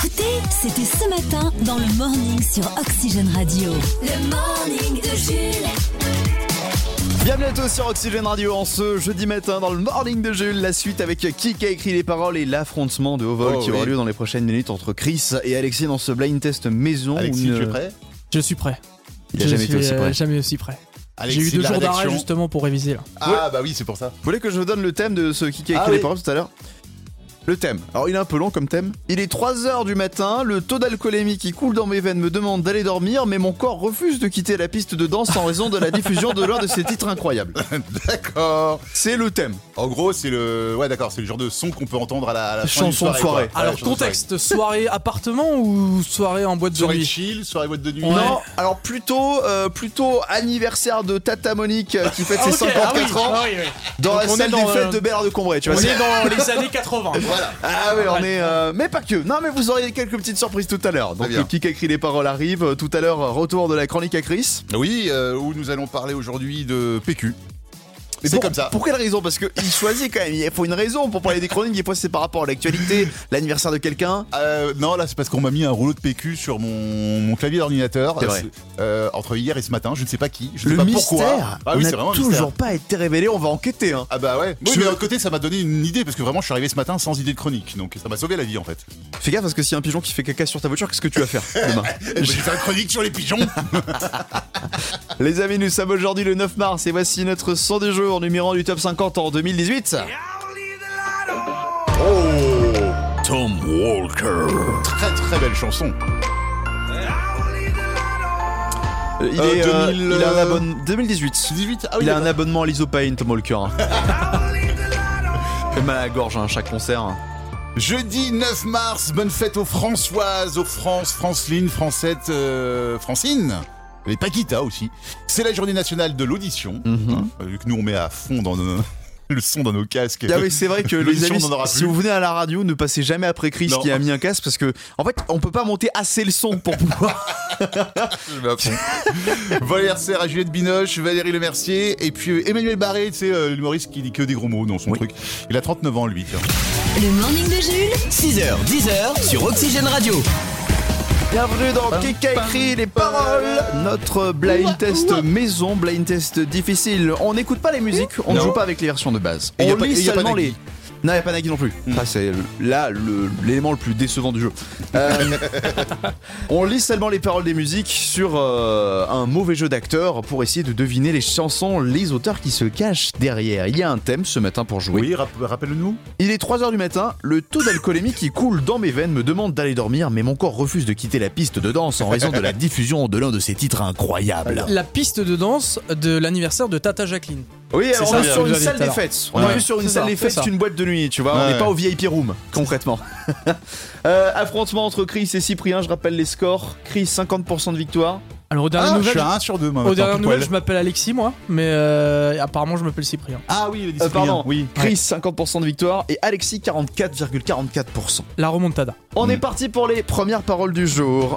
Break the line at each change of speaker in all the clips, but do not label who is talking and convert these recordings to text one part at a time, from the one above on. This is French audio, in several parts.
C'était ce matin dans le morning sur Oxygène Radio. Le morning de Jules.
Bienvenue à tous sur Oxygène Radio en ce jeudi matin dans le morning de Jules, la suite avec qui a écrit les paroles et l'affrontement de haut vol
Oh,
qui aura
oui.
lieu dans les prochaines minutes entre Chris et Alexis dans ce blind test maison.
Alexis,
Une- euh,
tu es prêt
Je suis prêt.
Il a
je
jamais
suis,
été aussi
euh,
prêt.
jamais aussi prêt. J'ai
Alexis
eu deux
de la
jours d'arrêt
rédaction.
justement pour réviser là.
Ah bah oui, c'est pour ça.
Vous voulez que je vous donne le thème de ce qui a écrit
Ah
les
oui.
paroles tout à l'heure Le thème. Alors il est un peu long comme thème. Il est 3h du matin, le taux d'alcoolémie qui coule dans mes veines me demande d'aller dormir, mais mon corps refuse de quitter la piste de danse en raison de la diffusion de l'un de ces titres incroyables.
D'accord.
C'est le thème.
En gros, c'est le ouais, d'accord, c'est le genre de son qu'on peut entendre à la, à la fin d'une
Chanson
soirée.
de soirée.
quoi. Ouais,
Alors
chanson de
contexte, soirée appartement ou soirée en boîte de
soirée. Soirée
nuit
chill, soirée boîte de nuit.
Ouais.
Non, alors plutôt, euh, plutôt anniversaire de Tata Monique euh, qui fête ses 54 ans dans
Ah Donc
la
on
salle
est
des
dans,
fêtes
euh,
de Bernard de Combray, tu
On
vois. c'est-
est dans les années 80.
Voilà.
Ah oui, on est. euh, mais pas que. Non, mais vous auriez quelques petites surprises tout à l'heure. Donc
Très bien.
le qui a écrit les paroles arrive. Euh, Tout à l'heure, retour de la chronique à Chris.
Oui, euh, où nous allons parler aujourd'hui de PQ.
Mais
C'est
pour-
comme ça.
Pour quelle raison Parce qu'il choisit quand même. Il faut une raison pour parler des chroniques. Des fois, c'est par rapport à l'actualité, l'anniversaire de quelqu'un.
Euh, non, là, c'est parce qu'on m'a mis un rouleau de PQ sur mon, mon clavier d'ordinateur.
C'est vrai.
Euh, entre hier et ce matin, je ne sais pas qui, je ne sais
Le
pas
mystère.
pourquoi. Ah
on
oui, c'est
n'a
vraiment un
toujours
mystère.
pas été révélé. On va enquêter. Hein.
Ah bah ouais. Oui,
Je-
mais d'un autre côté, ça m'a donné une idée parce que vraiment, je suis arrivé ce matin sans idée de chronique, donc ça m'a sauvé la vie en fait.
Fais gaffe parce que s'il y a un pigeon qui fait caca sur ta voiture, qu'est-ce que tu vas faire demain
J'ai fait une chronique sur les pigeons.
Les amis, nous sommes aujourd'hui le 9 mars et voici notre 100 du jour, numéro un du top 50 en 2018.
Tom Walker. Très très belle chanson.
Euh, Il,
Euh,
est, euh,
2000,
il a un
euh,
abonnement 2018.
18 Ah
Il a un
d'accord.
abonnement à l'isopane, Tom Walker. hein. Fait mal à la gorge hein, chaque concert. hein.
Jeudi 9 mars, bonne fête aux Françoises, aux France, Franceline, Francette, euh, Francine. Les Paquita aussi. C'est la journée nationale de l'audition.
Mhm.
Euh, vu que nous on met à fond dans nos- le son dans nos casques.
Ah oui, c'est vrai que les
L'audition,
amis,
on en aura
si
plus.
vous venez à la radio, ne passez jamais après Chris
Non.
qui a mis un casque parce que, en fait, on peut pas monter assez le son pour pouvoir.
Je mets à fond. bon anniversaire à Juliette Binoche, Valérie Lemercier et puis euh, Emmanuel Barré, c'est l'humoriste qui dit que des gros mots dans son truc. Il a 39 ans lui. tiens.
Le morning de Jules.
6h, 10h sur Oxygène Radio.
Bienvenue dans Qui a écrit les paroles Notre blind test maison, blind test difficile. On n'écoute pas les musiques, on ne
Non.
joue pas avec les versions de base.
Et y a
on
pas-
lit
et y a pas
seulement les.
Nagui. Hmm.
Non, y a pas Nagui non plus. Ça, c'est là le- l'élément le, plus décevant du jeu. Euh, on lit seulement les paroles des musiques sur euh, un mauvais jeu d'acteurs pour essayer de deviner les chansons, les auteurs qui se cachent derrière. Il y a un thème ce matin pour jouer.
Oui, rap- rappelle-nous.
Il est 3h du matin, le taux d'alcoolémie qui coule dans mes veines me demande d'aller dormir, mais mon corps refuse de quitter la piste de danse en raison de la diffusion de l'un de ses titres incroyables.
La piste de danse de l'anniversaire de Tata Jacqueline.
Oui, alors
C'est
on
ça,
est
je
sur
vous
une
avais
salle
dit
des
tout à
fêtes. On
Ouais.
est plus sur une
C'est
salle
ça,
des
c'est
fêtes
ça.
qu'une boîte de nuit, tu vois.
Ouais,
On n'est pas
ouais.
au VIP room, concrètement. Euh, affrontement entre Chris et Cyprien, je rappelle les scores. Chris, 50% de victoire.
Alors aux
Ah,
dernières
je suis
nouvelles,
à 1 sur 2 moi.
aux
maintenant,
dernières
pile
nouvelles,
poil.
je m'appelle Alexis moi, mais euh, apparemment je m'appelle Cyprien.
Ah oui, il a dit
Euh,
Cyprien.
pardon,
Oui.
Chris, 50% de victoire. Et Alexis, 44,44%.
La remontada.
On
Mm.
est parti pour les premières paroles du jour.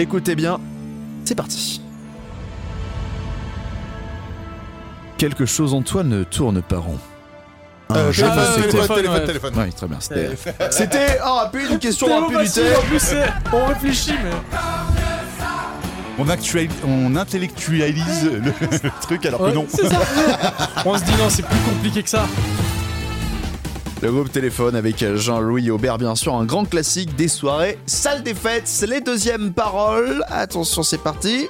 Écoutez bien, c'est parti. Quelque chose en toi ne tourne pas rond. Un
Euh,
jeu de
téléphone,
société.
téléphone, ouais.
téléphone.
Ouais, très bien, c'était.
Euh,
C'était oh, rapide, une question
Tellement
rapidité.
facile, en plus c'est- on réfléchit mais...
On, actuali- on intellectualise le, le truc alors que
Ouais,
non.
c'est ça. on se dit non c'est plus compliqué que ça.
Le groupe téléphone avec Jean-Louis Aubert, bien sûr, un grand classique des soirées, salle des fêtes, c'est les deuxièmes paroles. Attention, c'est parti.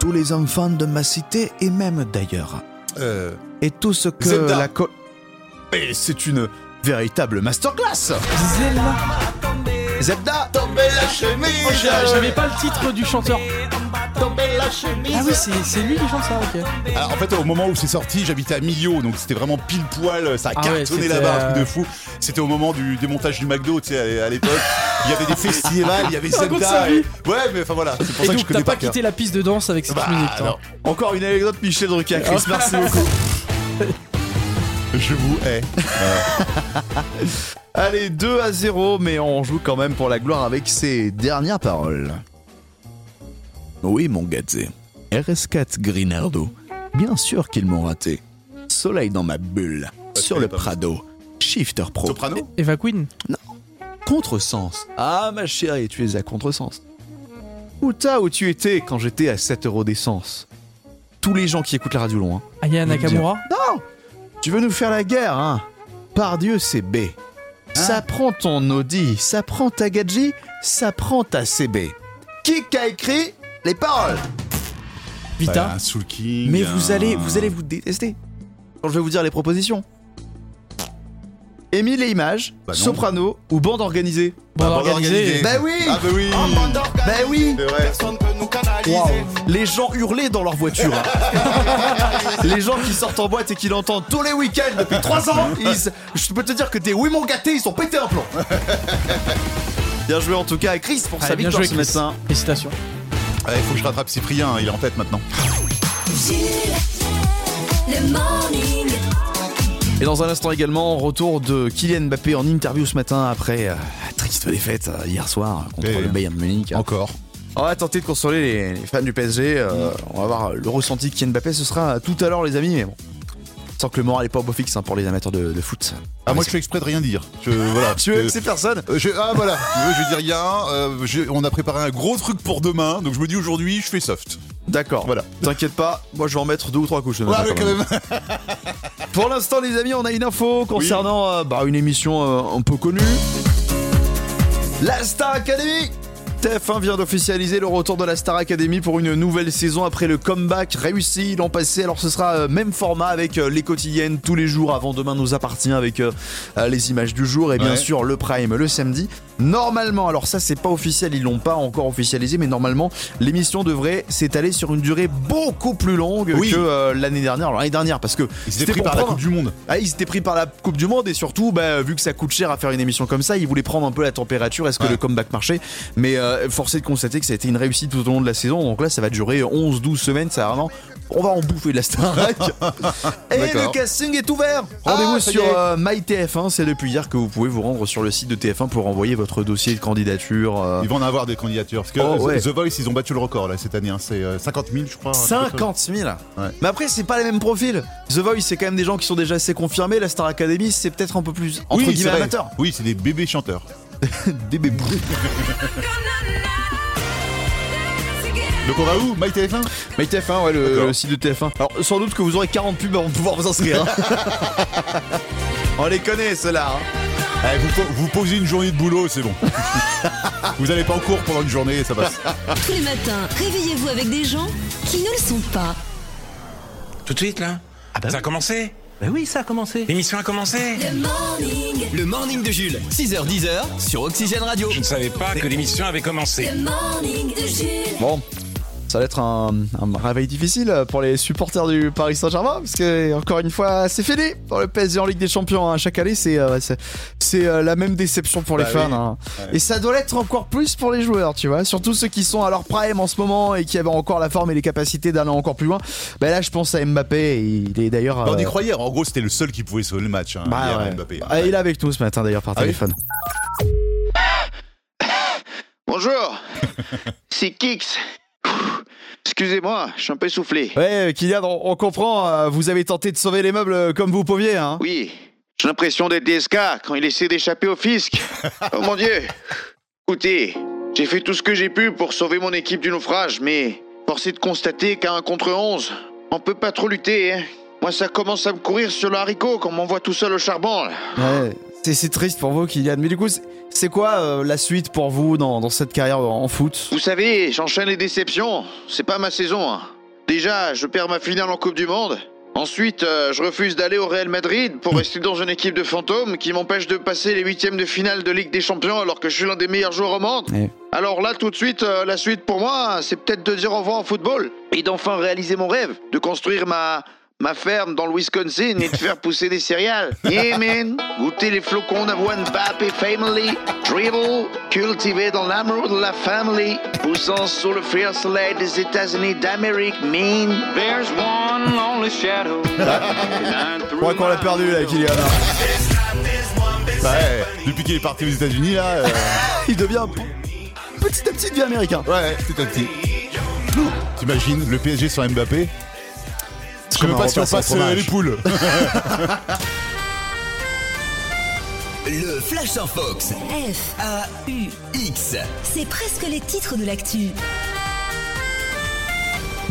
Tous les enfants de ma cité et même d'ailleurs.
Euh,
et tout ce que
Zelda.
la co- Et c'est une véritable masterclass
Zella.
Zelda
Oh, j'a- J'avais pas le titre du chanteur. Ah oui c'est c'est lui qui chante ça ok.
alors, en fait, au moment où c'est sorti, j'habitais à Millau, donc c'était vraiment pile poil. Ça a
Ah ouais,
cartonné
c'était,
là-bas, un truc
euh,
de fou. C'était au moment du démontage du McDo, tu sais, à à l'époque. Il y avait des festivals, il y avait
Raconte
Zelda.
sa
et-
vie.
Ouais, mais enfin voilà, c'est pour
Et
ça que je
donc
connais
t'as
pas
pas
cœur.
quitté la piste de danse avec cette
Bah,
musique. hein.
non,
Encore une anecdote Michel Drucker, Chris, merci beaucoup.
je vous hais.
Allez, 2 à 0, mais on joue quand même pour la gloire avec ces dernières paroles. Oui, mon gazé. RS4 Grinardo. Bien sûr qu'ils m'ont raté. Soleil dans ma bulle.
je
Sur le
connais pas.
Prado. Shifter Pro.
Soprano
Eva Queen.
contresens. Ah ma chérie, tu es à contresens. Où t'as où tu étais quand j'étais à 7 euros d'essence Tous les gens qui écoutent la radio loin.
Aya Nakamura
Tu veux nous faire la guerre, hein Par Dieu, c'est B. Ça prend ton Audi, ça prend ta Gadji, ça prend ta CB. Qui a écrit les paroles
Bah,
Vita
un Soul King,
Mais vous
un-
allez, vous allez vous détester. Quand je vais vous dire les propositions. Émile et images,
Bah non.
soprano ou bande organisée.
Bon
bande organisée.
organisé
Bah oui
Ah bah oui
Bah oui
C'est vrai.
Les gens hurlaient dans leur voiture. hein. les gens qui sortent en boîte et qui l'entendent tous les week-ends depuis 3 ans, ils- je peux te dire que tes oui mon gâté, ils sont pétés un plomb. bien joué en tout cas à Chris pour sa
Allez, bien
victoire
joué
ce
Chris
matin.
Félicitations
Ouais, Ah, Il faut que je rattrape Cyprien, hein, il est en tête maintenant.
Jules, le morning.
Et dans un instant également, retour de Kylian Mbappé en interview ce matin après euh, la triste défaite euh, hier soir contre
Et-
le Bayern de Munich. hein.
Encore.
On
Ah,
va tenter de consoler les, les fans du PSG. euh, On va voir le ressenti de Kylian Mbappé. Ce sera tout à l'heure, les amis. Mais bon, sans que le moral n'est pas au beau fixe hein, pour les amateurs de, de foot.
Ah, moi je fais exprès de rien dire. Je, voilà.
Tu
Je-
aimes ces personnes
Euh, je- ah voilà, Euh, je veux dire, il y a un, euh, je- on a préparé un gros truc pour demain, donc je me dis aujourd'hui, je fais soft.
D'accord.
Voilà.
T'inquiète pas. Moi, je vais en mettre deux ou trois couches. ce matin,
Ouais, ouais,
bah, quand même. Pour l'instant, les amis, on a une info concernant euh, bah, une émission euh, un peu connue. La Star Academy TF1 vient d'officialiser le retour de la Star Academy pour une nouvelle saison après le comeback réussi l'an passé. Alors ce sera euh, même format avec euh, les quotidiennes tous les jours avant demain nous appartient avec euh, euh, les images du jour et bien
Ouais.
sûr le prime le samedi. Normalement, alors ça c'est pas officiel, ils l'ont pas encore officialisé, mais normalement l'émission devrait s'étaler sur une durée beaucoup plus longue
Oui.
que euh, l'année dernière. Alors l'année dernière parce que
Ils étaient
c'était
pris
pour
par la
prendre-
Coupe du Monde.
ah, ils étaient pris par la Coupe du Monde et surtout, bah, vu que ça coûte cher à faire une émission comme ça, ils voulaient prendre un peu la température. Est-ce que
Ouais.
le comeback marchait Mais euh, force est de constater que ça a été une réussite tout au long de la saison. Donc là, ça va durer 11-12 semaines. Ça va vraiment. On va en bouffer de la Starac. et
D'accord.
le casting est ouvert.
Ah,
Rendez-vous
ça y
sur
est.
euh, MyTF1. C'est depuis hier que vous pouvez vous rendre sur le site de TF1 pour envoyer votre dossier de candidature. euh,
Ils vont en avoir des candidatures. Parce que
Oh,
The-
ouais.
The Voice, ils ont battu le record là cette année. hein. C'est euh, 50 000, je crois. un truc comme
50
ça.
000
Ouais.
Mais après, c'est pas les mêmes profils. The Voice, c'est quand même des gens qui sont déjà assez confirmés. La Star Academy, c'est peut-être un peu plus entre
oui, c'est
guillemets
vrai.
amateur.
Oui, c'est des bébés chanteurs.
Des bébés.
Donc on va où MyTF1
Mais TF1, ouais, le,
D'accord.
le site de TF1. Alors, sans doute que vous aurez 40 pubs avant de pouvoir vous inscrire. hein. On les connaît, ceux-là. hein.
Eh, vous, po- vous posez une journée de boulot, c'est bon. vous n'allez pas en cours pendant une journée, ça passe.
Tous les matins, réveillez-vous avec des gens qui ne le sont pas.
Tout de suite là Ça a commencé
Ah Bah oui ça a commencé
L'émission a commencé
Le morning,
Le morning de Jules, 6h-10h sur Oxygène Radio.
Je ne savais pas que l'émission avait commencé.
le morning de Jules.
Bon. Ça va être un, un réveil difficile pour les supporters du Paris Saint-Germain, parce que, encore une fois, c'est fini pour le PSG en Ligue des Champions. hein. Chaque année, c'est euh, c'est- c'est, euh, la même déception pour les
Bah
fans.
oui.
hein.
Ouais.
Et ça doit l'être encore plus pour les joueurs, tu vois. Surtout ceux qui sont à leur prime en ce moment et qui avaient encore la forme et les capacités d'aller encore plus loin. Bah là, je pense à Mbappé. Il est d'ailleurs.
Bah, On
euh,
y croyait, en gros c'était le seul qui pouvait sauver le match. hein,
Bah,
hier,
ouais.
Mbappé.
Ah, il est avec nous ce matin d'ailleurs par
Ah oui
téléphone.
Bonjour, c'est Kix. Pff, Excusez-moi, je suis un peu soufflé.
Ouais, Kylian, on, on comprend, euh, vous avez tenté de sauver les meubles euh, comme vous pouviez, hein.
Oui, j'ai l'impression d'être DSK quand il essaie d'échapper au fisc. Oh mon dieu. Écoutez, j'ai fait tout ce que j'ai pu pour sauver mon équipe du naufrage, mais force est de constater qu'à un contre 11, on peut pas trop lutter. hein. Moi, ça commence à me courir sur le haricot quand on m'envoie tout seul au charbon. là.
Ouais, c'est, c'est triste pour vous, Kylian. Mais du coup, c'est, c'est quoi euh, la suite pour vous dans, dans cette carrière en, en foot
Vous savez, j'enchaîne les déceptions. C'est pas ma saison. hein. Déjà, je perds ma finale en Coupe du Monde. Ensuite, euh, je refuse d'aller au Real Madrid pour rester dans une équipe de fantômes qui m'empêche de passer les huitièmes de finale de Ligue des Champions alors que je suis l'un des meilleurs joueurs au monde.
Ouais.
Alors là, tout de suite, euh, la suite pour moi, c'est peut-être de dire au revoir au football et d'enfin réaliser mon rêve, de construire ma ma ferme dans le Wisconsin et de faire pousser des céréales. Yeah, man. Goûter les flocons d'avoine Bappé Family. Dribble, cultivé dans l'amour de la famille, poussant sur le fier soleil des États-Unis d'Amérique, man. There's one lonely shadow.
Je crois qu'on l'a perdu, là, Kylian.
Bah, ouais, depuis qu'il est parti aux États-Unis, là. euh,
Il devient petit à petit il devient américain.
ouais, petit à petit. T'imagines le PSG sans Mbappé Je
comme
ne
un
pas si on euh,
repas sans
passe euh,
fromage.
les poules.
Le Flash sans Fox.
F,
A-U-X.
c'est presque les titres de l'actu.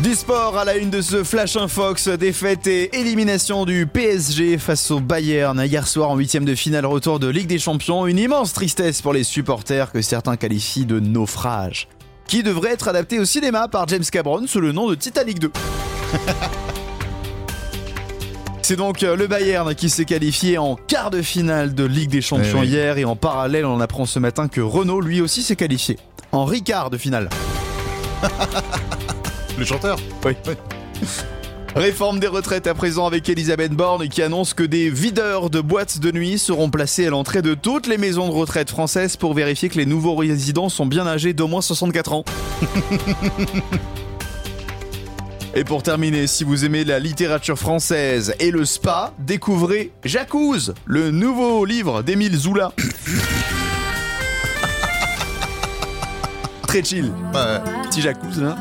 Du sport à la une de ce Flash Infox, défaite et élimination du PSG face au Bayern. Hier soir en huitième de finale retour de Ligue des Champions, une immense tristesse pour les supporters que certains qualifient de naufrage. Qui devrait être adapté au cinéma par James Cameron sous le nom de Titanic 2. C'est donc euh, le Bayern qui s'est qualifié en quart de finale de Ligue des Champions
Eh oui.
hier et en parallèle on apprend ce matin que Renault lui aussi s'est qualifié. En quart de finale.
Le chanteur
Réforme des retraites à présent avec Elisabeth Borne qui annonce que des videurs de boîtes de nuit seront placés à l'entrée de toutes les maisons de retraite françaises pour vérifier que les nouveaux résidents sont bien âgés d'au moins 64 ans. Et pour terminer, si vous aimez la littérature française et le spa, découvrez J'accuse, le nouveau livre d'Émile Zoula. Très chill,
Bah,
petit hein. j'accuse là.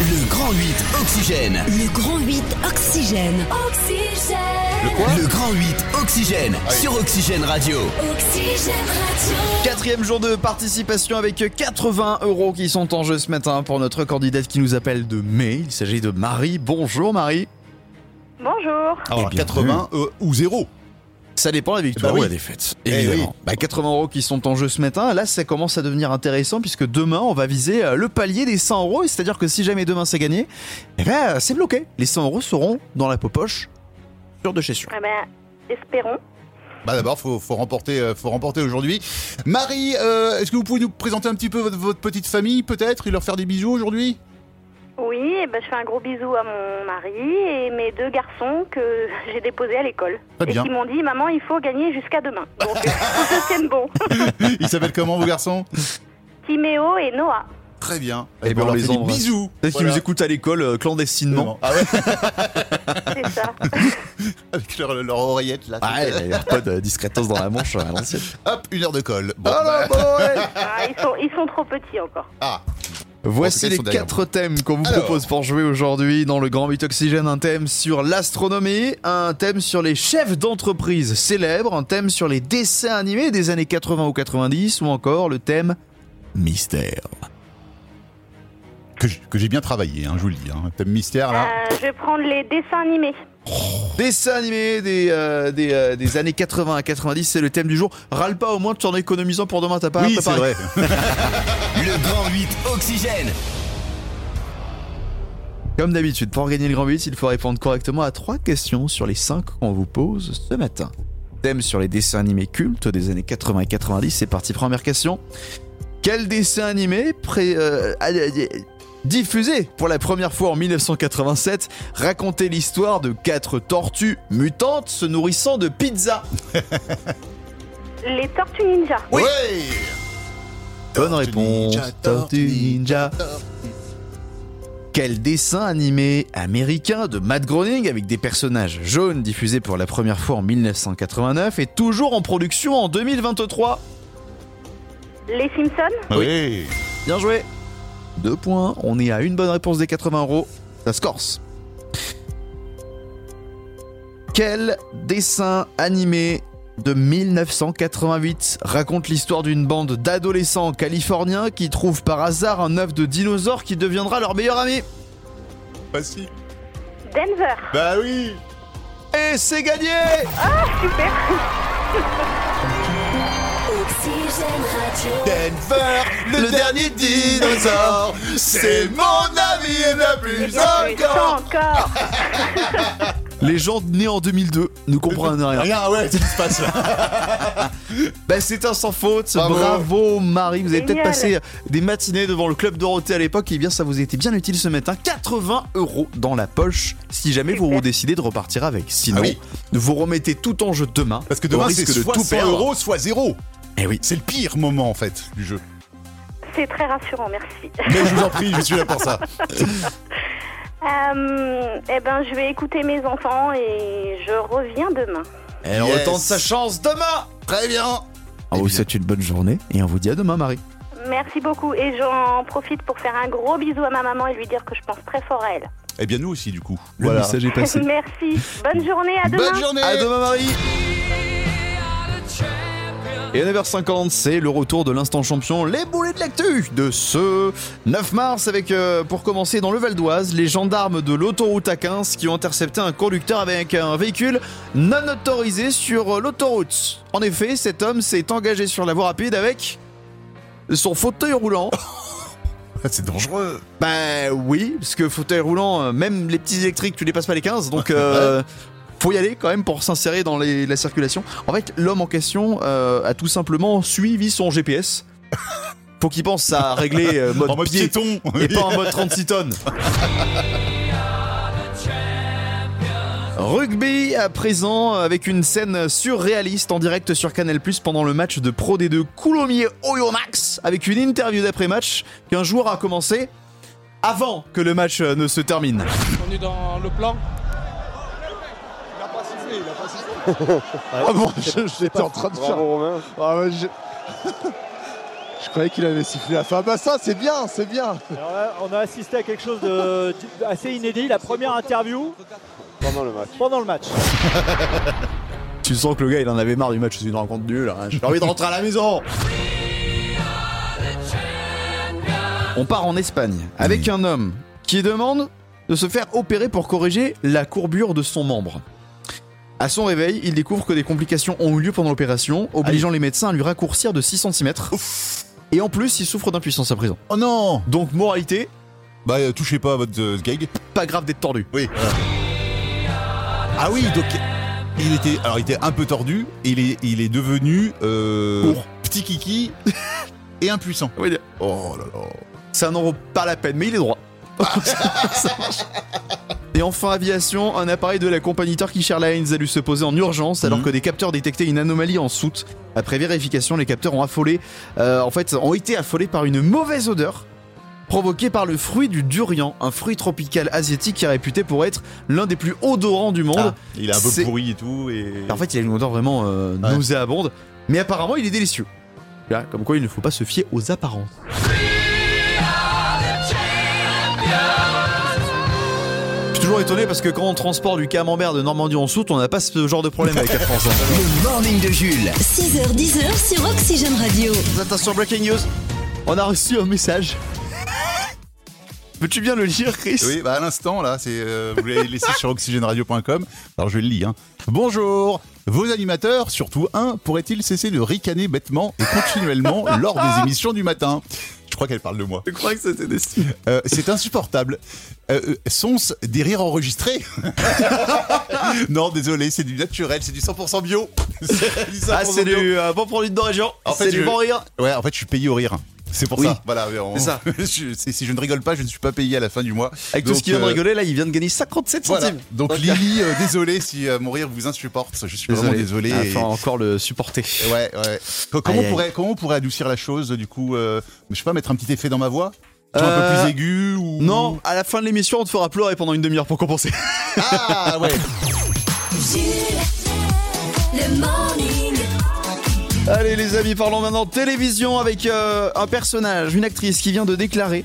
Le Grand 8 Oxygène.
Le grand 8 Oxygène. Oxygène.
le Grand 8 Oxygène. Sur Oxygène Radio.
Oxygène Radio.
Quatrième jour de participation avec 80 euros qui sont en jeu ce matin pour notre candidate qui nous appelle de mai. Il s'agit de Marie. Bonjour Marie.
Bonjour.
Ah,
Alors, 80 euh, ou 0.
Ça dépend la victoire
Bah oui.
ou la défaite.
Eh
Évidemment.
oui.
Bah, 80 euros qui sont en jeu ce matin. Là, ça commence à devenir intéressant puisque demain, on va viser euh, le palier des 100 euros. Et C'est-à-dire que si jamais demain c'est gagné, eh ben, euh, c'est bloqué. Les 100 euros seront dans la poche sûr de chez sûr.
Eh ben, espérons.
Bah d'abord, faut, faut remporter, euh, faut remporter aujourd'hui. Marie, euh, est-ce que vous pouvez nous présenter un petit peu votre, votre petite famille, peut-être, et leur faire des bisous aujourd'hui
Oui, eh ben, je fais un gros bisou à mon mari et mes deux garçons que j'ai déposés à l'école.
Très
Et
bien.
qui m'ont dit, maman, il faut gagner jusqu'à demain. Donc, euh, je tienne bon.
Ils s'appellent comment vos garçons
Timéo et Noah.
Très bien.
Eh ben,
on
on
leur
les
fait des
embrasse.
bisous.
Peut-être qu'ils
Voilà.
nous écoutent à l'école euh, clandestinement.
Ah ouais,
C'est ça.
avec leur, leur oreillette là.
Ah, il n'y a pas de discrétance dans la manche euh, à l'ancienne.
Hop, une heure de colle. Bon,
Oh
bah,
Ah, ils, sont, ils sont trop petits encore.
ah,
Voici
En
les
tout cas, ils sont derrière
quatre thèmes qu'on vous
Alors.
propose pour jouer aujourd'hui dans le Grand 8 Oxygène. Un thème sur l'astronomie, un thème sur les chefs d'entreprise célèbres, un thème sur les dessins animés des années 80 ou 90 ou encore le thème mystère.
que j- que j'ai bien travaillé, hein, je vous le dis. Hein. Thème mystère là.
Euh, je vais prendre les dessins animés.
Dessins animés des, euh, des, euh, des années 80 à 90, c'est le thème du jour. Râle pas au moins, tu en économisant pour demain, t'as pas à
oui, c'est
préparer.
vrai.
Le Grand 8 Oxygène.
Comme d'habitude, pour gagner le Grand 8, il faut répondre correctement à trois questions sur les cinq qu'on vous pose ce matin. Thème sur les dessins animés cultes des années 80 et 90, c'est parti, première question. Quel dessin animé pré- euh, a- a- a- diffusé pour la première fois en 1987 racontait l'histoire de quatre tortues mutantes se nourrissant de pizza
Les Tortues Ninja.
Oui.
Bonne
Tortue
réponse,
Ninja,
Tortue
Tortue
Ninja.
Tortue.
Quel dessin animé américain de Matt Groening avec des personnages jaunes diffusé pour la première fois en 1989 et toujours en production en 2023
Les Simpsons.
Ah Oui.
Bien joué Deux points, on est à une bonne réponse des 80 euros. Ça se corse. Quel dessin animé de 1988 raconte l'histoire d'une bande d'adolescents californiens qui trouvent par hasard un œuf de dinosaure qui deviendra leur meilleur ami
Bah si.
Denver.
Bah oui.
Et c'est gagné
Oxygène Radio.
Denver, le, dernier dinosaure, c'est mon ami et ma
Et
plus
bien, je les sens
encore.
encore.
Les gens nés en 2002 ne comprennent rien.
Regarde, ouais, qu'est-ce qui se passe là
Bah, c'est un sans faute. Bravo,
Bravo.
Marie. Vous avez peut-être
Génial.
passé des matinées devant le club Dorothée à l'époque. Et bien, ça vous a été bien utile ce matin. 80 euros dans la poche si jamais vous
Super.
décidez de repartir avec. Sinon,
Ah oui.
vous remettez tout en jeu demain.
Parce que
au
demain, c'est
risque de
soit
tout
100
perdre.
euros, soit zéro.
Eh oui.
C'est le pire moment en fait du jeu.
C'est très rassurant, merci.
Mais je vous en prie, je suis là pour ça.
Euh, eh ben, je vais écouter mes enfants et je reviens demain.
Elle
Yes.
retente sa chance demain.
Très bien.
On vous souhaite une bonne journée et on vous dit à demain, Marie.
Merci beaucoup et j'en profite pour faire un gros bisou à ma maman et lui dire que je pense très fort à elle.
Eh bien, nous aussi, du coup.
Le message est passé.
Merci. Bonne journée, à demain.
Bonne journée.
À demain, Marie. Et à 9h50, c'est le retour de l'instant champion, les boulets de l'actu de ce 9 mars avec, euh, pour commencer, dans le Val d'Oise, les gendarmes de l'autoroute A15 qui ont intercepté un conducteur avec un véhicule non autorisé sur l'autoroute. En effet, cet homme s'est engagé sur la voie rapide avec son fauteuil roulant.
Ah, C'est dangereux.
Bah oui, parce que fauteuil roulant, euh, même les petits électriques, tu dépasses pas les 15, donc euh, faut y aller quand même pour s'insérer dans les- la circulation. En fait, l'homme en question euh, a tout simplement suivi son GPS. Faut qu'il pense à régler euh, mode,
En mode
pied
piéton.
et pas en mode 36 tonnes. Rugby à présent avec une scène surréaliste en direct sur Canal Plus pendant le match de Pro D2 Coulommiers Oyonnax avec une interview d'après-match qu'un joueur a commencé avant que le match euh, ne se termine.
On est dans le plan.
Ah bon, je- j'étais en train de faire. Ah ouais, je... je croyais qu'il avait sifflé la fin. Bah ça, c'est bien, c'est bien.
on a assisté à quelque chose de assez inédit, la première interview pendant le match.
Tu sens que le gars il en avait marre du match, c'est une rencontre nulle. hein. J'ai envie de rentrer à la maison. On part en Espagne avec
Oui.
un homme qui demande de se faire opérer pour corriger la courbure de son membre. À son réveil, il découvre que des complications ont eu lieu pendant l'opération, obligeant les médecins à lui raccourcir de 6 cm. Et en plus, il souffre d'impuissance à présent.
Oh non
Donc, moralité,
Bah euh, touchez pas à votre euh, gag.
pas grave d'être tordu.
Oui. Ah oui, donc il était, alors il était un peu tordu. Et il est, il est devenu euh,
Court.
petit kiki et impuissant.
Oui.
Oh là là.
Ça n'en vaut pas la peine, mais il est droit. Et enfin, aviation, un appareil de la compagnie Turkish Airlines a dû se poser en urgence alors
Mhm.
que des capteurs détectaient une anomalie en soute. Après vérification, les capteurs ont affolé, euh, en fait, ont été affolés par une mauvaise odeur provoquée par le fruit du durian, un fruit tropical asiatique qui est réputé pour être l'un des plus odorants du monde.
Ah, il est un
c'est-
peu pourri et tout et.
En fait, il a une odeur vraiment euh,
Ouais.
nauséabonde, mais apparemment, il est délicieux. Là, comme quoi, il ne faut pas se fier aux apparences. Je suis toujours étonné parce que quand on transporte du camembert de Normandie en soute, on n'a pas ce genre de problème avec la France. hein.
Le morning de Jules.
6h10h sur Oxygène Radio.
Attention, breaking news. On a reçu un message. Peux-tu bien le lire, Chris
Oui, bah à l'instant, là, c'est, euh, vous l'avez laissé sur oxygèneradio.com. Alors je le lis. Hein. Bonjour Vos animateurs, surtout un, pourraient-ils cesser de ricaner bêtement et continuellement lors des émissions du matin Je crois qu'elle parle de moi.
Je crois que c'était destiné.
Euh, c'est insupportable. Euh, euh, sont-ce des rires enregistrés Non, désolé, c'est du naturel, c'est du 100% bio. C'est du 100%
Ah, c'est
bio.
du euh, bon produit de région.
En fait,
C'est du
je-
bon rire.
Ouais, en fait, je suis payé au rire. C'est pour
Oui.
ça. Voilà, mais on-
C'est ça.
je- c'est- si je ne rigole pas, je ne suis pas payé à la fin du mois.
Avec tout
Donc,
ce qu'il vient de
euh,
rigoler, là, il vient de gagner 57
Voilà.
centimes.
Donc Lily, euh, désolé si euh, mon rire vous insupporte. Je suis vraiment désolé.
Ah,
et-
faut encore le supporter.
Ouais, ouais. Co-
Aïe,
Comment, on
aïe.
pourrait, comment on pourrait adoucir la chose, du coup euh, Je sais pas, mettre un petit effet dans ma voix Tu vois, Un peu
Euh,
plus aigu ou...
Non, à la fin de l'émission, on te fera pleurer pendant une demi-heure pour compenser.
Ah ouais
Jules, le morning.
Allez les amis, parlons maintenant de télévision avec euh, un personnage, une actrice qui vient de déclarer.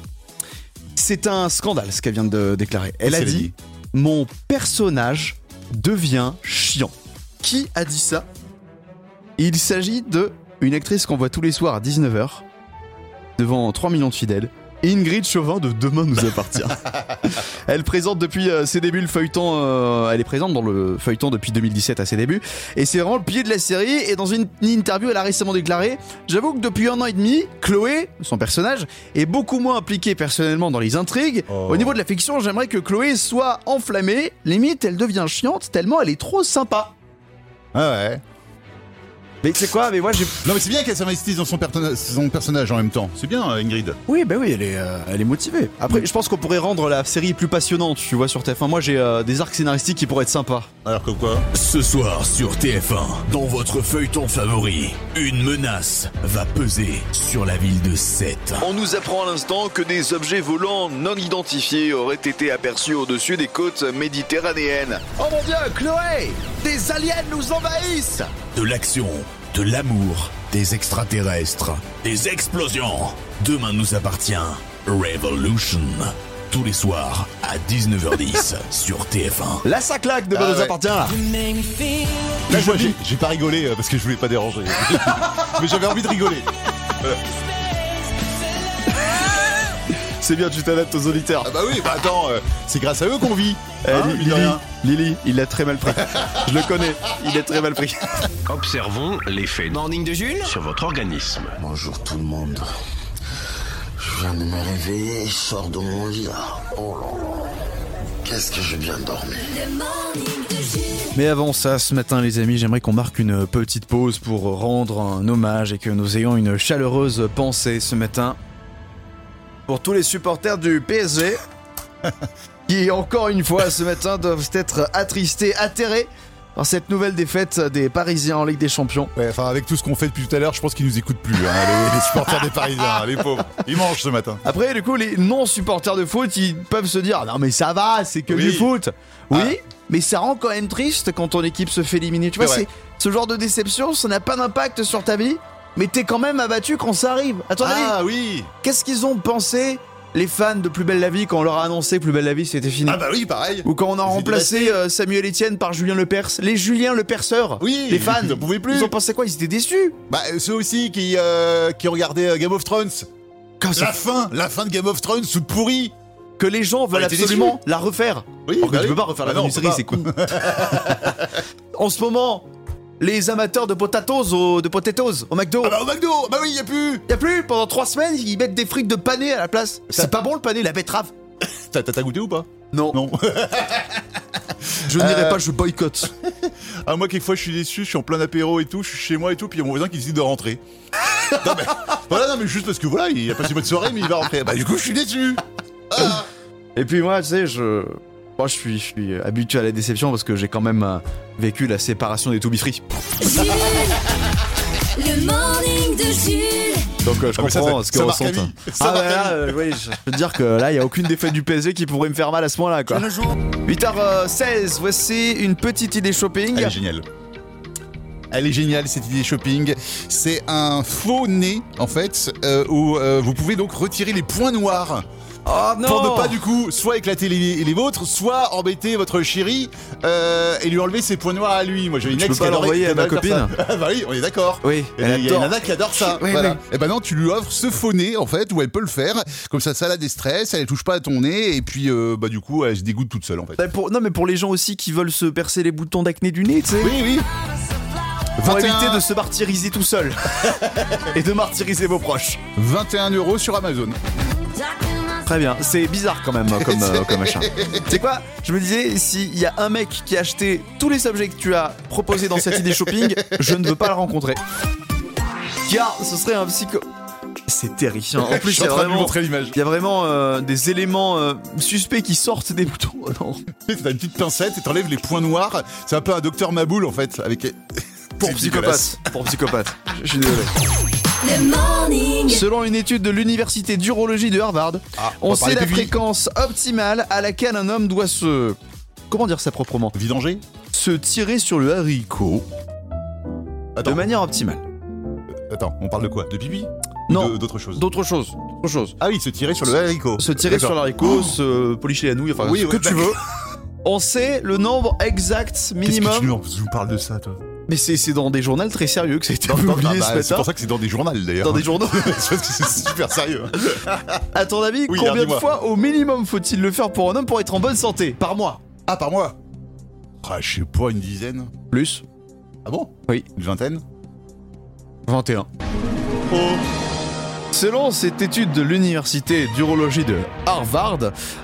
C'est un scandale ce qu'elle vient de déclarer. Elle a
C'est
dit
Lady.
Mon personnage devient chiant. Qui a dit ça Il s'agit de une actrice qu'on voit tous les soirs à 19h, devant 3 millions de fidèles. Ingrid Chauvin de Demain nous appartient. elle présente depuis euh, ses débuts le feuilleton. euh, elle est présente dans le feuilleton depuis 2017 à ses débuts. Et c'est vraiment le pied de la série. Et dans une interview, elle a récemment déclaré J'avoue que depuis un an et demi, Chloé, son personnage, est beaucoup moins impliquée personnellement dans les intrigues.
Oh.
Au niveau de la fiction, j'aimerais que Chloé soit enflammée. Limite, elle devient chiante tellement elle est trop sympa.
Ah ouais.
Mais tu sais quoi Mais moi, j'ai.
Non mais c'est bien qu'elle s'investisse dans son, pertona- son personnage en même temps. C'est bien euh, Ingrid.
Oui, bah oui, elle est, euh, elle est motivée. Après, je pense qu'on pourrait rendre la série plus passionnante, tu vois, sur TF1. Moi, j'ai euh, des arcs scénaristiques qui pourraient être sympas.
Alors que quoi
Ce soir sur TF1, dans votre feuilleton favori, une menace va peser sur la ville de Sète.
On nous apprend à l'instant que des objets volants non identifiés auraient été aperçus au-dessus des côtes méditerranéennes.
Oh mon dieu, Chloé Des aliens nous envahissent
De l'action, de l'amour, des extraterrestres, des explosions. Demain nous appartient. Revolution. tous les soirs à 19h10 sur TF1.
Là, ça claque de Benoît appartient là.
Là, je vois, j'ai- j'ai pas rigolé euh, parce que je voulais pas déranger. Mais j'avais envie de rigoler. Voilà.
C'est bien, tu t'adaptes aux auditeurs.
Ah bah oui, bah attends, euh, c'est grâce à eux qu'on vit.
Eh,
hein,
Li-
mine de
Lily,
rien.
Lily, il l'a très mal pris. Je le connais, il est très mal pris.
Observons l'effet Morning de Jules sur votre organisme.
Bonjour tout le monde. Je viens de me réveiller, je sors de mon lit là. Oh là là. Qu'est-ce que j'ai bien dormi.
Mais avant ça, ce matin, les amis, j'aimerais qu'on marque une petite pause pour rendre un hommage et que nous ayons une chaleureuse pensée ce matin pour tous les supporters du PSG qui, encore une fois, ce matin, doivent être attristés, atterrés par cette nouvelle défaite des Parisiens en Ligue des Champions.
Ouais, enfin, avec tout ce qu'on fait depuis tout à l'heure, je pense qu'ils nous écoutent plus, hein, les, les supporters des Parisiens, hein, les pauvres. Ils mangent ce matin.
Après, du coup, les non-supporters de foot, ils peuvent se dire Ah Non, mais ça va, c'est que du foot. Oui, mais ça rend quand même triste quand ton équipe se fait éliminer. Tu vois,
Ah. C'est
c'est
vrai.
ce genre de déception, ça n'a pas d'impact sur ta vie, mais t'es quand même abattu quand ça arrive. À ton
Ah
avis,
oui
qu'est-ce qu'ils ont pensé les fans de Plus Belle la Vie quand on leur a annoncé que Plus Belle la Vie c'était fini
Ah bah oui, pareil.
Ou quand on a
étaient
remplacé
restés.
euh, Samuel Etienne par Julien Lepers Les Julien Leperceur
Oui,
Les fans
ils en pouvaient plus.
Ils ont pensé quoi Ils étaient déçus
Bah, ceux aussi qui, euh, qui regardaient euh, Game of Thrones. la fin, la fin de Game of Thrones, toute pourrie.
Que les gens veulent
Ah, t'es
absolument
déçu
la refaire
Oui,
Alors que
bah
tu
oui.
peux pas refaire
Bah
la
non,
même
on peut
série,
pas.
c'est con En ce moment, les amateurs de potatoes au, de potatoes au McDo.
Ah bah au McDo, bah oui, y a plus
Y a plus Pendant trois semaines, ils mettent des frites de pané à la place. C'est pas bon le pané, la betterave.
T'as t'as- t'as goûté ou pas
Non.
Non.
Je n'irai
Euh,
pas, je boycotte.
Ah, moi, quelquefois, je suis déçu, je suis en plein apéro et tout, je suis chez moi et tout, puis il y a mon voisin qui décide de rentrer. non, mais, voilà, non, mais juste parce que voilà, il a passé une bonne soirée, mais il va rentrer. Bah, du coup, je suis déçu.
Et puis moi, tu sais, je. Moi, je suis, je suis habitué à la déception parce que j'ai quand même euh, vécu la séparation des To Be Free.
Jules, le morning de Jules.
Donc euh, je
Ah, mais ça,
comprends
ça-
ce que
ça marque
ressentent.
la vie. Ça
Ah
marque
ouais,
la
là, euh, oui, je peux te dire que là, il n'y a aucune défaite du PSG qui pourrait me faire mal à ce point-là. quoi. 8h16, voici une petite idée shopping.
Elle est géniale. Elle est géniale cette idée shopping. C'est un faux nez en fait euh, où euh, vous pouvez donc retirer les points noirs.
Oh non
Pour ne pas du coup soit éclater les, les vôtres, soit embêter votre chéri euh, et lui enlever ses points noirs à lui. Moi j'ai une
Je
ex
peux
qui
pas
adorait-
l'envoyer à
qui
ma
adorait faire
copine.
ça. Ah bah oui, on est d'accord.
Oui,
Il y a
elle
Eh ben, il y a une
adore.
nana qui adore ça.
Oui,
voilà.
oui.
Et ben non, tu lui offres ce faux nez en fait où elle peut le faire. Comme ça, ça la déstresse, elle touche pas à ton nez et puis euh, bah du coup elle se dégoûte toute seule en fait.
Bah, pour- non, mais pour les gens aussi qui veulent se percer les boutons d'acné du nez, tu sais.
Oui, oui.
Pour
21.
éviter de se martyriser tout seul. Et de martyriser vos proches.
21 euros sur Amazon.
Très bien, c'est bizarre quand même euh, comme, euh,
C'est-
comme machin. Tu sais quoi Je me disais, s'il y a un mec qui a acheté tous les objets que tu as proposés dans cette idée shopping, je ne veux pas le rencontrer. Car ce serait un psycho. C'est terrifiant. En plus,
Je
il
suis
y a
en train de lui
vraiment,
montrer l'image.
il y a vraiment euh, des éléments euh, suspects qui sortent des boutons. Oh non.
Tu sais, T'as une petite pincette et t'enlèves les points noirs. C'est un peu un docteur Maboul en fait. Avec...
Pour
C'est dégueulasse.
psychopathe. Pour psychopathe. Je suis désolé.
Le morning.
Selon une étude de l'université d'urologie de Harvard,
Ah,
on,
va
sait
parler
la
plus vite.
fréquence optimale à laquelle un homme doit se. Comment dire ça proprement
Vidanger
Se tirer sur le haricot
Attends.
de manière optimale.
Attends, on parle de quoi De pipi Ou
Non.
de- D'autres choses.
D'autres choses. D'autres choses.
Ah oui, se tirer sur le haricot.
Se tirer sur l'haricot, se policher la nouille, enfin
Oh. Oui,
ce
ouais,
que tu
bah-
veux. On sait le nombre exact
Qu'est-ce que tu
minimum.
nous tu nous parles de ça, toi
Mais c'est c'est dans des journaux très sérieux que ça a été
Ah,
publié
bah,
ce
C'est
matin.
pour ça que c'est dans des journaux d'ailleurs.
Dans des journaux.
c'est parce que c'est super sérieux.
À ton avis,
Oui, alors,
combien de
dis-moi.
fois au minimum faut-il le faire pour un homme pour être en bonne santé Par mois
Ah, par moi Ah, je sais pas, une dizaine.
Plus
Ah bon
Oui.
Une vingtaine
21. Selon cette étude de l'université d'urologie de Harvard,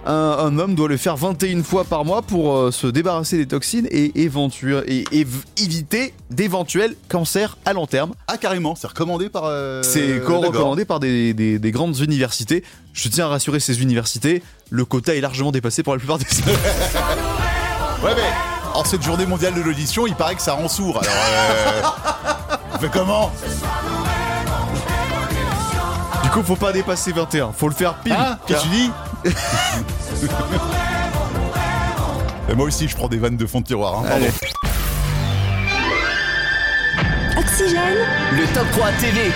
un, un homme doit le faire 21 fois par mois pour euh, se débarrasser des toxines et, éventu- et év- éviter d'éventuels cancers à long terme.
Ah, carrément, c'est recommandé par. euh,
C'est co-
d'accord.
recommandé par des, des- des grandes universités. Je tiens à rassurer ces universités, le quota est largement dépassé pour la plupart des...
Ouais, mais en cette journée mondiale de l'audition, il paraît que ça rend sourd. Alors, euh... on fait comment
du coup, faut pas dépasser 21, faut le faire pile.
Hein Qu'est-ce que tu dis Et moi aussi, je prends des vannes de fond de tiroir. hein, pardon.
Allez.
Oxygène.
Le top 3 TV.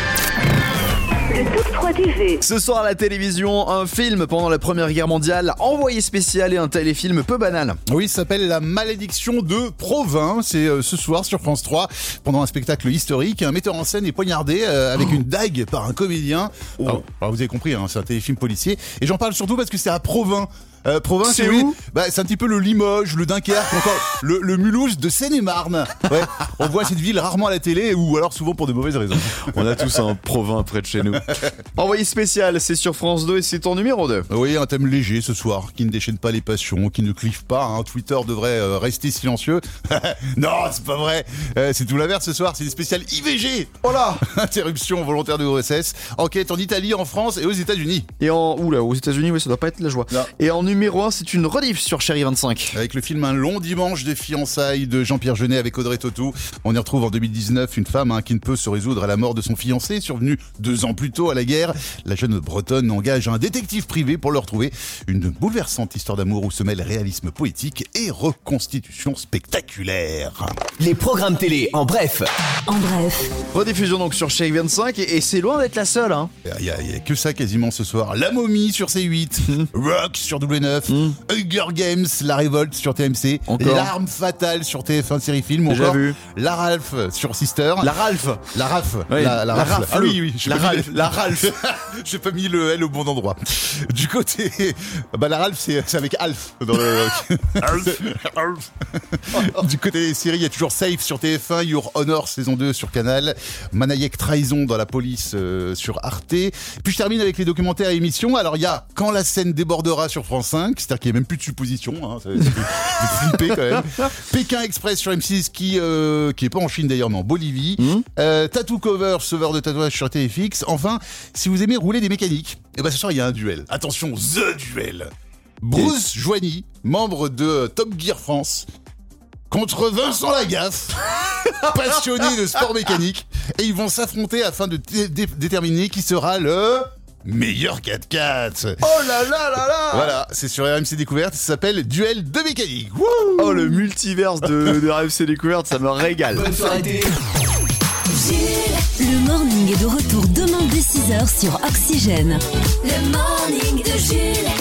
Ce soir à la télévision, un film pendant la Première Guerre mondiale, envoyé spécial et un téléfilm peu banal.
Oui, ça s'appelle La malédiction de Provins. C'est euh, ce soir sur France 3, pendant un spectacle historique. Un metteur en scène est poignardé euh, avec une dague par un comédien.
Ah.
Alors, alors, vous avez compris, hein, c'est un téléfilm policier. Et j'en parle surtout parce que c'est à Provins. Euh, Provins,
C'est
oui,
où
bah, C'est un petit peu le Limoges, le Dunkerque, encore le, le Mulhouse de Seine-et-Marne. Ouais, on voit cette ville rarement à la télé ou alors souvent pour de mauvaises raisons.
On a tous un Provins près de chez nous. Envoyé spécial, c'est sur France 2 et c'est ton numéro 2.
Euh, Oui, un thème léger ce soir, qui ne déchaîne pas les passions, qui ne clive pas. hein. Twitter devrait euh, rester silencieux. non, c'est pas vrai. Euh, c'est tout l'inverse ce soir, c'est une spéciale IVG. Oh là Interruption volontaire de grossesse. Enquête en Italie, en France et aux États-Unis.
Et en. Oula, aux États-Unis, oui, ça doit pas être la joie. Et en numéro 1, c'est une rediff sur Chéri 25.
Avec le film Un long dimanche des fiançailles de Jean-Pierre Jeunet avec Audrey Tautou, on y retrouve en 2019 une femme hein, qui ne peut se résoudre à la mort de son fiancé, survenu deux ans plus tôt à la guerre. La jeune Bretonne engage un détective privé pour le retrouver. Une bouleversante histoire d'amour où se mêlent réalisme poétique et reconstitution spectaculaire.
Les programmes télé, en bref.
En bref,
Rediffusion donc sur Chéri 25 et, et c'est loin d'être la seule. Hein.
Il n'y a, y a que ça quasiment ce soir. La momie sur C8, Rock sur W9, Hunger Games, La Révolte sur TMC,
Hmm. Encore.
L'arme fatale sur TF1 série film,
Déjà
encore
vu.
La Ralph sur Sister,
La Ralph.
La Ralph,
Oui,
la,
la
Ralph.
Ralph.
Ah oui, oui,
La
j'ai pas mis
Ralph,
le-
la Ralph.
j'ai pas mis le L au bon endroit. Du côté, bah la Ralph c'est c'est avec Alf dans le. du côté des séries, il y a toujours Safe sur TF1, Your Honor saison 2 sur Canal, Manayek Trahison dans la police euh, sur Arte. Puis je termine avec les documentaires à émission. Alors il y a Quand la scène débordera sur France 5, c'est-à-dire qu'il n'y a même plus de supposition. Hein, ça- ça fait flipper quand même. Pékin Express sur M6 qui euh, qui est pas en Chine d'ailleurs mais en Bolivie. Euh, Tattoo Cover, sauveur de tatouage sur TFX. Enfin, si vous aimez rouler des mécaniques, et ben ce soir il y a un duel. Attention, the duel. Bruce Joigny, membre de euh, Top Gear France, contre Vincent Lagaffe, passionné de sport mécanique, et ils vont s'affronter afin de dé- dé- déterminer qui sera le meilleur 4x4.
Oh là là là là
Voilà, c'est sur RMC Découverte, ça s'appelle Duel de mécanique. Wouh
Oh le multiverse de, de RMC Découverte, ça me régale.
le morning est de retour demain dès 6h sur Oxygène. Le morning de Jules.